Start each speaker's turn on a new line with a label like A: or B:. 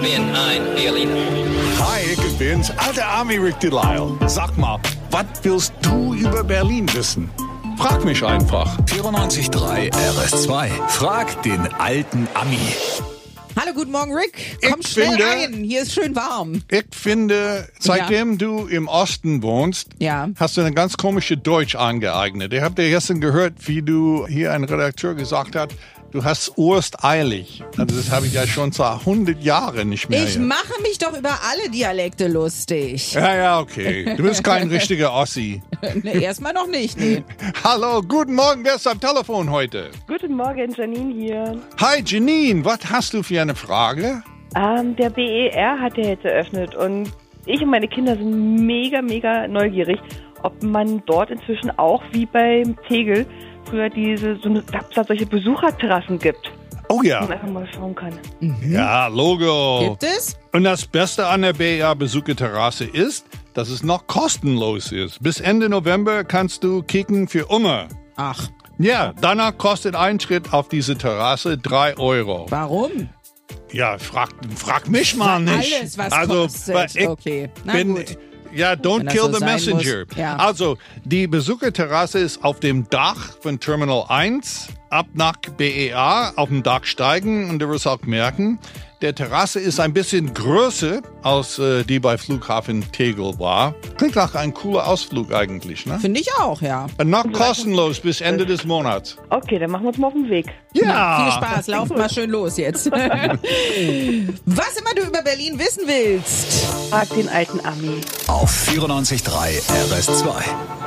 A: bin ein Berliner.
B: Hi, ich bin's, alter Army Rick Delisle. Sag mal, was willst du über Berlin wissen? Frag mich einfach.
C: 94.3 RS2. Frag den alten Ami.
D: Hallo, guten Morgen, Rick.
B: Ich
D: Komm schnell
B: finde-
D: rein. Hier ist schön warm.
B: Ich finde, seitdem du im Osten wohnst,
D: Ja.
B: hast du eine ganz komische Deutsch angeeignet. Ich habe dir gestern gehört, wie du hier ein Redakteur gesagt hat, du hast Urst eilig. Also das habe ich ja schon seit 100 Jahren nicht mehr.
D: Ich
B: hier.
D: mache mich doch über alle Dialekte lustig.
B: ja, ja, okay. Du bist kein richtiger Ossi.
D: Nee, Erstmal noch nicht. Nee.
B: Hallo, guten Morgen, wer ist am Telefon heute?
E: Guten Morgen, Janine hier.
B: Hi Janine, was hast du für eine Frage?
E: Ähm, der BER hat ja jetzt eröffnet und ich und meine Kinder sind mega, mega neugierig, ob man dort inzwischen auch wie beim Tegel früher diese, so eine, ob es da solche Besucherterrassen gibt,
B: Oh
E: wo man
B: ja.
E: einfach mal schauen kann.
B: Ja, Logo.
D: Gibt es?
B: Und das Beste an der BR Besucherterrasse ist, dass es noch kostenlos ist. Bis Ende November kannst du kicken für immer.
D: Ach,
B: Ja, danach kostet Eintritt auf diese Terrasse 3 Euro.
D: warum?
B: Ja, frag, frag mich mal nicht.
D: Alles, was
B: also,
D: kostet.
B: weil ich
D: Okay. Na
B: bin,
D: gut.
B: Ja, don't
D: das
B: kill
D: so
B: the
D: sein muss.
B: messenger.
D: Ja.
B: Also, die Besucherterrasse ist auf dem Dach von Terminal 1, ab nach BEA, auf dem Dach steigen und du wirst auch merken, der Terrasse ist ein bisschen größer als äh, die bei Flughafen Tegel war. Klingt nach einem cooler Ausflug eigentlich, ne?
D: Finde ich auch, ja.
B: Und noch kostenlos bis Ende des Monats.
E: Okay, dann machen wir uns mal auf den Weg.
B: Ja.
D: Viel Spaß, lauf mal schön los jetzt. Was immer du über Berlin wissen willst.
E: Frag den alten Ami.
C: Auf 94.3 RS2.